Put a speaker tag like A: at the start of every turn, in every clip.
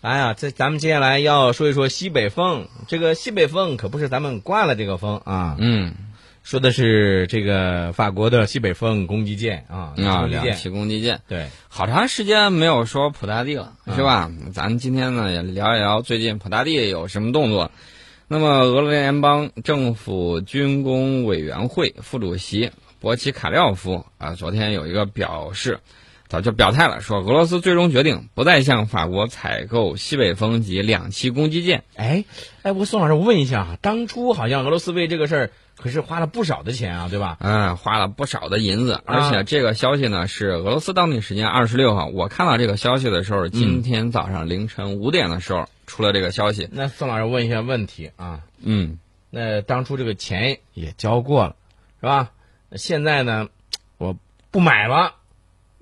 A: 哎呀，这咱们接下来要说一说西北风。这个西北风可不是咱们刮了这个风啊，
B: 嗯
A: 说的是这个法国的西北风攻击舰啊，
B: 啊，
A: 攻击
B: 两
A: 舰。
B: 栖攻击舰，
A: 对，
B: 好长时间没有说普大帝了，是吧？咱们今天呢也聊一聊最近普大帝有什么动作。那么，俄罗斯联邦政府军工委员会副主席博奇卡廖夫啊，昨天有一个表示，早就表态了，说俄罗斯最终决定不再向法国采购西北风级两栖攻击舰。
A: 哎，哎，我宋老师，我问一下啊，当初好像俄罗斯为这个事儿可是花了不少的钱啊，对吧？
B: 嗯，花了不少的银
A: 啊
B: 子，而且这个消息呢是俄罗斯当地时间二十六号，我看到这个消息的时候，今天早上凌晨五点的时候出了这个消息。
A: 那宋老师问一下问题啊，
B: 嗯，
A: 那当初这个钱也交过了，是吧？现在呢，我不买了，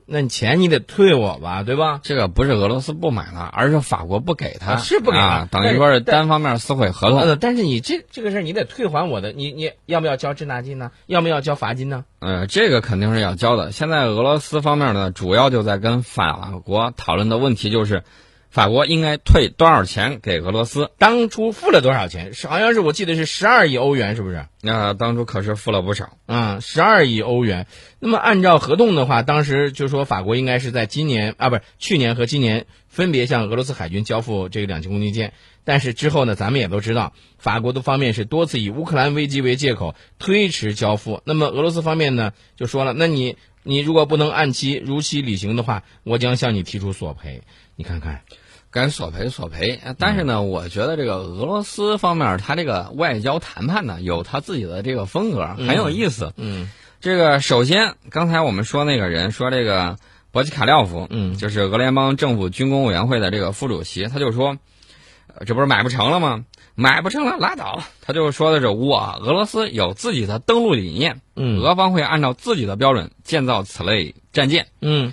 A: 那你钱你得退我吧，对吧？
B: 这个不是俄罗斯不买了，而是法国不给他，
A: 啊是不给他
B: 啊，
A: 但
B: 等于说是单方面撕毁合同。
A: 呃，但是你这这个事儿你得退还我的，你你要不要交滞纳金呢？要不要交罚金呢？
B: 呃，这个肯定是要交的。现在俄罗斯方面呢，主要就在跟法国讨论的问题就是，法国应该退多少钱给俄罗斯？
A: 当初付了多少钱？是好像是我记得是十二亿欧元，是不是？
B: 那、啊当初可是付了不少。
A: 嗯，十二亿欧元。那么按照合同的话，当时就说法国应该是在今年啊，不是去年和今年分别向俄罗斯海军交付这个两栖攻击舰。但是之后呢，咱们也都知道，法国的方面是多次以乌克兰危机为借口推迟交付。那么俄罗斯方面呢，就说了，那你你如果不能按期如期履行的话，我将向你提出索赔。你看看，
B: 该索赔索赔，呃但是呢，我觉得这个俄罗斯方面，他这个外交谈判呢，有他自己的这个风格，很有意思。
A: 嗯
B: 这个首先，刚才我们说那个人说这个博奇卡廖夫，
A: 嗯
B: 就是俄联邦政府军工委员会的这个副主席，他就说，呃这不是买不成了吗？买不成了拉倒。他就说的是，我俄罗斯有自己的登陆理念，
A: 嗯
B: 俄方会按照自己的标准建造此类战舰。
A: 嗯，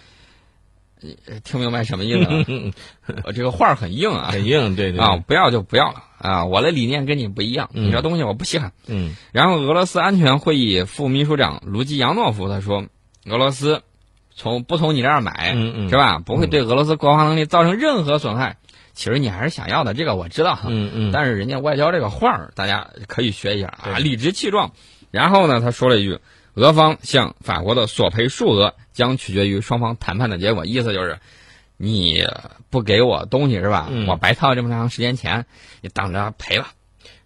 B: 呃听明白什么意思了？ 呃这个话儿很硬啊，
A: 很硬，对对
B: 啊，，不要就不要了啊！我的理念跟你不一样，你这东西我不稀罕。
A: 嗯
B: 然后，俄罗斯安全会议副秘书长卢基扬诺夫他说，俄罗斯从不从你这儿买，
A: 嗯嗯
B: 是吧？不会对俄罗斯国防能力造成任何损害。其实你还是想要的，这个我知道哈。
A: 嗯嗯，
B: 但是人家外交这个话儿，大家可以学一下啊，
A: 对
B: 理直气壮。然后呢，他说了一句：“俄方向法国的索赔数额将取决于双方谈判的结果。”意思就是，你不给我东西是吧？
A: 嗯
B: 我白掏这么长时间钱，你等着赔吧。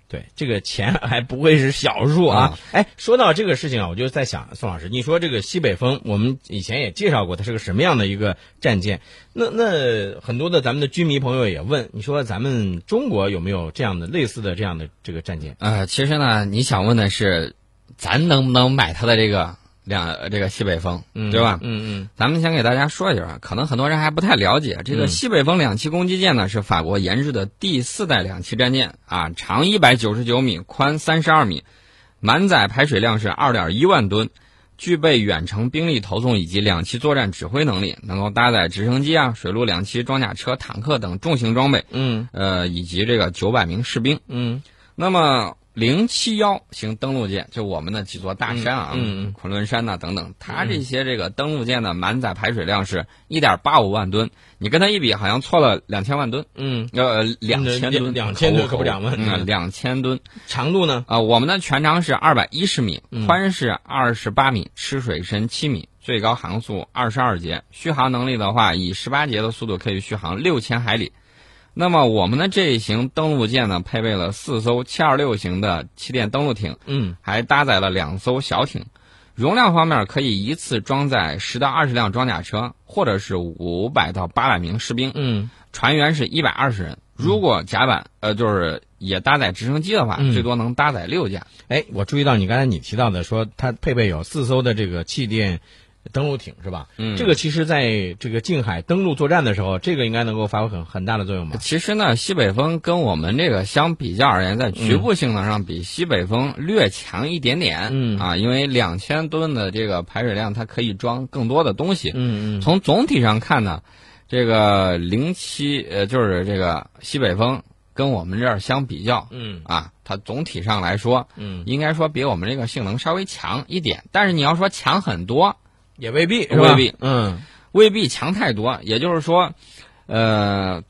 A: 对，这个钱还不会是小数啊
B: 啊！
A: 哎，说到这个事情啊，我就在想，宋老师，你说这个西北风，我们以前也介绍过，它是个什么样的一个战舰？那那很多的咱们的军迷朋友也问，你说咱们中国有没有这样的类似的这样的这个战舰？
B: 呃，其实呢，你想问的是，咱能不能买他的这个两呃这个西北风，
A: 嗯，
B: 对吧？
A: 嗯
B: 咱们先给大家说一下，啊可能很多人还不太了解，这个西北风两栖攻击舰呢是法国研制的第四代两栖战舰啊，长一百九十九米，宽三十二米，满载排水量是二点一万吨，具备远程兵力投送以及两栖作战指挥能力，能够搭载直升机啊、水陆两栖装甲车、坦克等重型装备，
A: 嗯
B: 呃，以及这个九百名士兵。
A: 嗯
B: 那么零七幺型登陆舰，就我们的几座大山啊，
A: 嗯嗯嗯
B: 昆仑山呐、等等，它这些这个登陆舰的满载排水量是一点八五万吨，你跟它一比，好像错了两千万吨，
A: 嗯，
B: 呃，两千吨，
A: 两千吨可不
B: 两
A: 两万
B: 嗯，两千吨
A: 长度呢？
B: 啊、我们的全长是二百一十米，
A: 嗯
B: 宽是二十八米，吃水深七米，最高航速二十二节，续航能力的话，以十八节的速度可以续航六千海里。那么我们的这一型登陆舰呢，配备了四艘七二六型的气垫登陆艇，
A: 嗯
B: 还搭载了两艘小艇。容量方面，可以一次装载十到二十辆装甲车，或者是五百到八百名士兵。
A: 嗯
B: 船员是一百二十人。如果甲板呃就是也搭载直升机的话，
A: 嗯
B: 最多能搭载六架。
A: 哎，我注意到你刚才你提到的说，它配备有四艘的这个气垫登陆艇是吧？
B: 嗯
A: 这个其实在这个近海登陆作战的时候，这个应该能够发挥很很大的作用吧？
B: 其实呢，西北风跟我们这个相比较而
A: 嗯
B: 言，在局部性能上比西北风略强一点点。
A: 嗯
B: 啊，因为两千吨的这个排水量，它可以装更多的东西。
A: 嗯嗯
B: 从总体上看呢，这个零七呃，就是这个西北风跟我们这儿相比较
A: 嗯
B: 啊，它总体上来说，
A: 嗯，
B: 应该说比我们这个性能稍微强一点。但是你要说强很多，
A: 也未必
B: 是吧
A: 嗯
B: 未必强太多。也就是说，呃，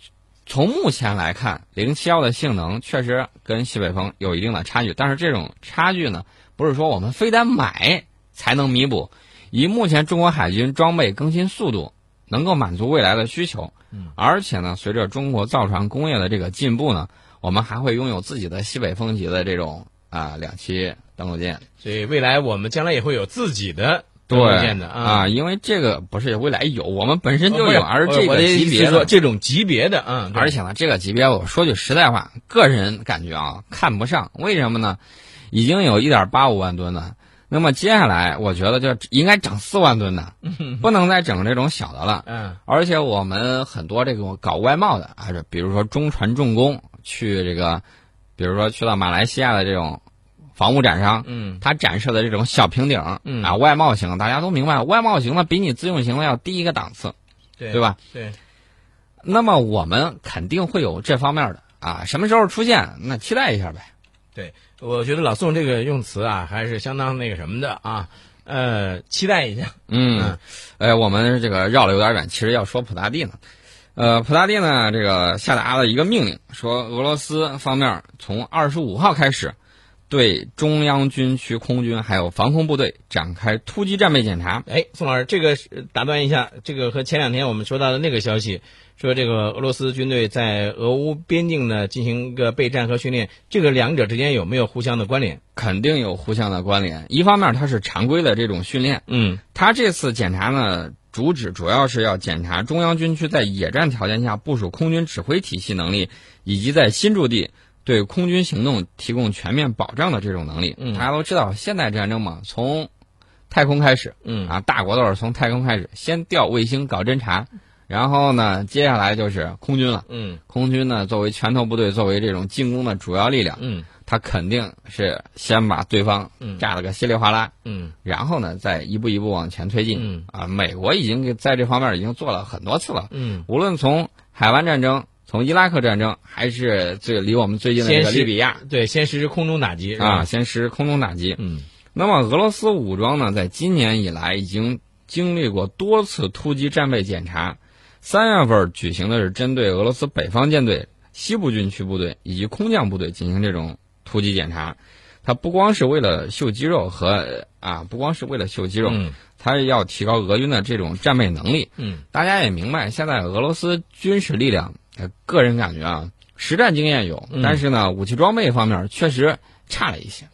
B: 从目前来看，零七幺的性能确实跟西北风有一定的差距，但是这种差距呢，不是说我们非得买才能弥补。以目前中国海军装备更新速度，能够满足未来的需求。
A: 嗯
B: 而且呢，随着中国造船工业的这个进步呢，我们还会拥有自己的西北风级的这种啊、两栖登陆舰。
A: 所以未来我们将来也会有自己的登
B: 对
A: 陆舰的
B: 啊、
A: 啊。
B: 因为这个不是未来有，我们本身
A: 不
B: 就是有，而这
A: 我
B: 个
A: 的
B: 级
A: 意思
B: 别
A: 是说
B: 的。
A: 这种级别的啊，对
B: 而且呢，这个级别我说句实在话，个人感觉啊看不上，为什么呢？已经有一点八五万吨了，那么接下来我觉得就应该整四万 吨的，不能再整这种小的了。
A: 嗯
B: 而且我们很多这种搞外贸的啊，这比如说中船重工去这个，比如说去到马来西亚的这种房屋展上，
A: 嗯
B: 它展示的这种小平顶、
A: 嗯
B: 啊，外贸型，大家都明白，外贸型的比你自用型的要低一个档次，
A: 对
B: 对吧？
A: 对，
B: 那么我们肯定会有这方面的啊，什么时候出现？那期待一下呗。
A: 我觉得老宋这个用词啊，还是相当那个什么的啊。呃，期待一下。
B: 嗯，呃，我们这个绕了有点远，其实要说普大帝呢。呃，普大帝呢，这个下达了一个命令，说俄罗斯方面从二十五号开始，对中央军区空军还有防空部队展开突击战备检查。
A: 哎，宋老师，这个是打断一下，这个和前两天我们说到的那个消息，说这个俄罗斯军队在俄乌边境呢进行一个备战和训练，这个两者之间有没有互相的关联？
B: 肯定有互相的关联。一方面，它是常规的这种训练，
A: 嗯
B: 他这次检查呢，主旨主要是要检查中央军区在野战条件下部署空军指挥体系能力，以及在新驻地对空军行动提供全面保障的这种能力。
A: 嗯
B: 大家都知道，现代战争嘛，从太空开始
A: 嗯
B: 啊，大国都是从太空开始，先调卫星搞侦察，然后呢，接下来就是空军了。
A: 嗯
B: 空军呢，作为拳头部队，作为这种进攻的主要力量，
A: 嗯
B: 他肯定是先把对方
A: 嗯
B: 炸了个稀里哗啦。
A: 嗯
B: 然后呢，再一步一步往前推进。
A: 嗯
B: 啊，美国已经给在这方面已经做了很多次了，
A: 嗯，
B: 无论从海湾战争、从伊拉克战争，还是最离我们最近的这个
A: 先是
B: 利比亚
A: 对，先实施空中打击是吧
B: 啊，先实施空中打击。
A: 嗯
B: 那么，俄罗斯武装呢，在今年以来已经经历过多次突击战备检查。三月份举行的是针对俄罗斯北方舰队、西部军区部队以及空降部队进行这种突击检查。它不光是为了秀肌肉和啊，不光是为了秀肌肉，
A: 嗯
B: 它要提高俄军的这种战备能力。
A: 嗯
B: 大家也明白，现在俄罗斯军事力量，呃，个人感觉啊，实战经验有，
A: 嗯
B: 但是呢，武器装备方面确实差了一些。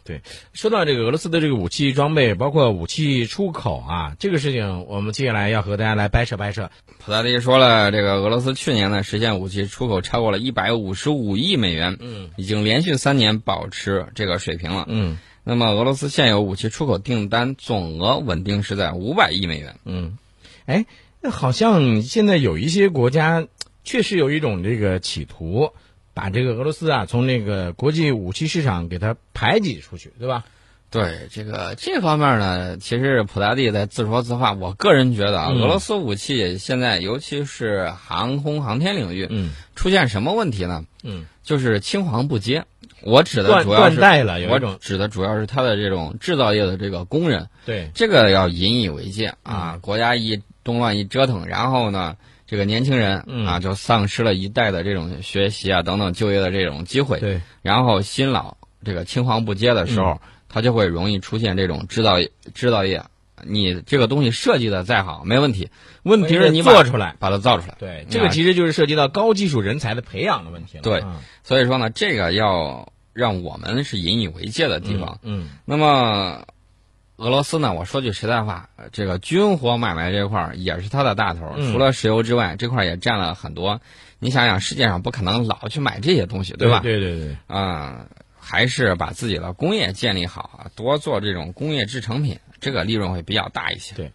A: 说到这个俄罗斯的这个武器装备，包括武器出口啊，这个事情我们接下来要和大家来掰扯掰扯。
B: 普萨蒂说了，这个俄罗斯去年呢实现武器出口超过了一百五十五亿美元，
A: 嗯
B: 已经连续三年保持这个水平了。
A: 嗯
B: 那么，俄罗斯现有武器出口订单总额稳定是在五百亿美元。
A: 嗯，哎，那好像现在有一些国家确实有一种这个企图，把这个俄罗斯啊从那个国际武器市场给它排挤出去，对吧？
B: 嗯对这个这方面呢，其实普大帝在自说自话。我个人觉得啊，
A: 嗯
B: 俄罗斯武器现在，尤其是航空航天领域，
A: 嗯
B: 出现什么问题呢？
A: 嗯，
B: 就是青黄不接。我指的
A: 断
B: 主要
A: 断
B: 是，
A: 代了，有
B: 我
A: 一种
B: 指的主要是它的这种制造业的这个工人，
A: 对，
B: 这个要引以为戒啊！
A: 嗯
B: 国家一动乱一折腾，然后呢，这个年轻人、
A: 嗯
B: 啊就丧失了一代的这种学习啊等等就业的这种机会。
A: 对，嗯
B: 然后新老这个青黄不接的时候，它就会容易出现这种制造业制造业。你这个东西设计的再好没问题，问题是你把
A: 做出来。
B: 把它造出来。
A: 对，这个其实就是涉及到高技术人才的培养的问题了。
B: 对
A: 啊
B: 所以说呢，这个要让我们是引以为戒的地方。
A: 嗯
B: 那么，俄罗斯呢，我说句实在话，呃这个军火买卖这块儿也是它的大头儿。
A: 嗯
B: 除了石油之外，这块儿也占了很多。你想想，世界上不可能老去买这些东西，
A: 嗯，
B: 吧？
A: 对对对，
B: 啊、还是把自己的工业建立好，多做这种工业制成品，这个利润会比较大一些。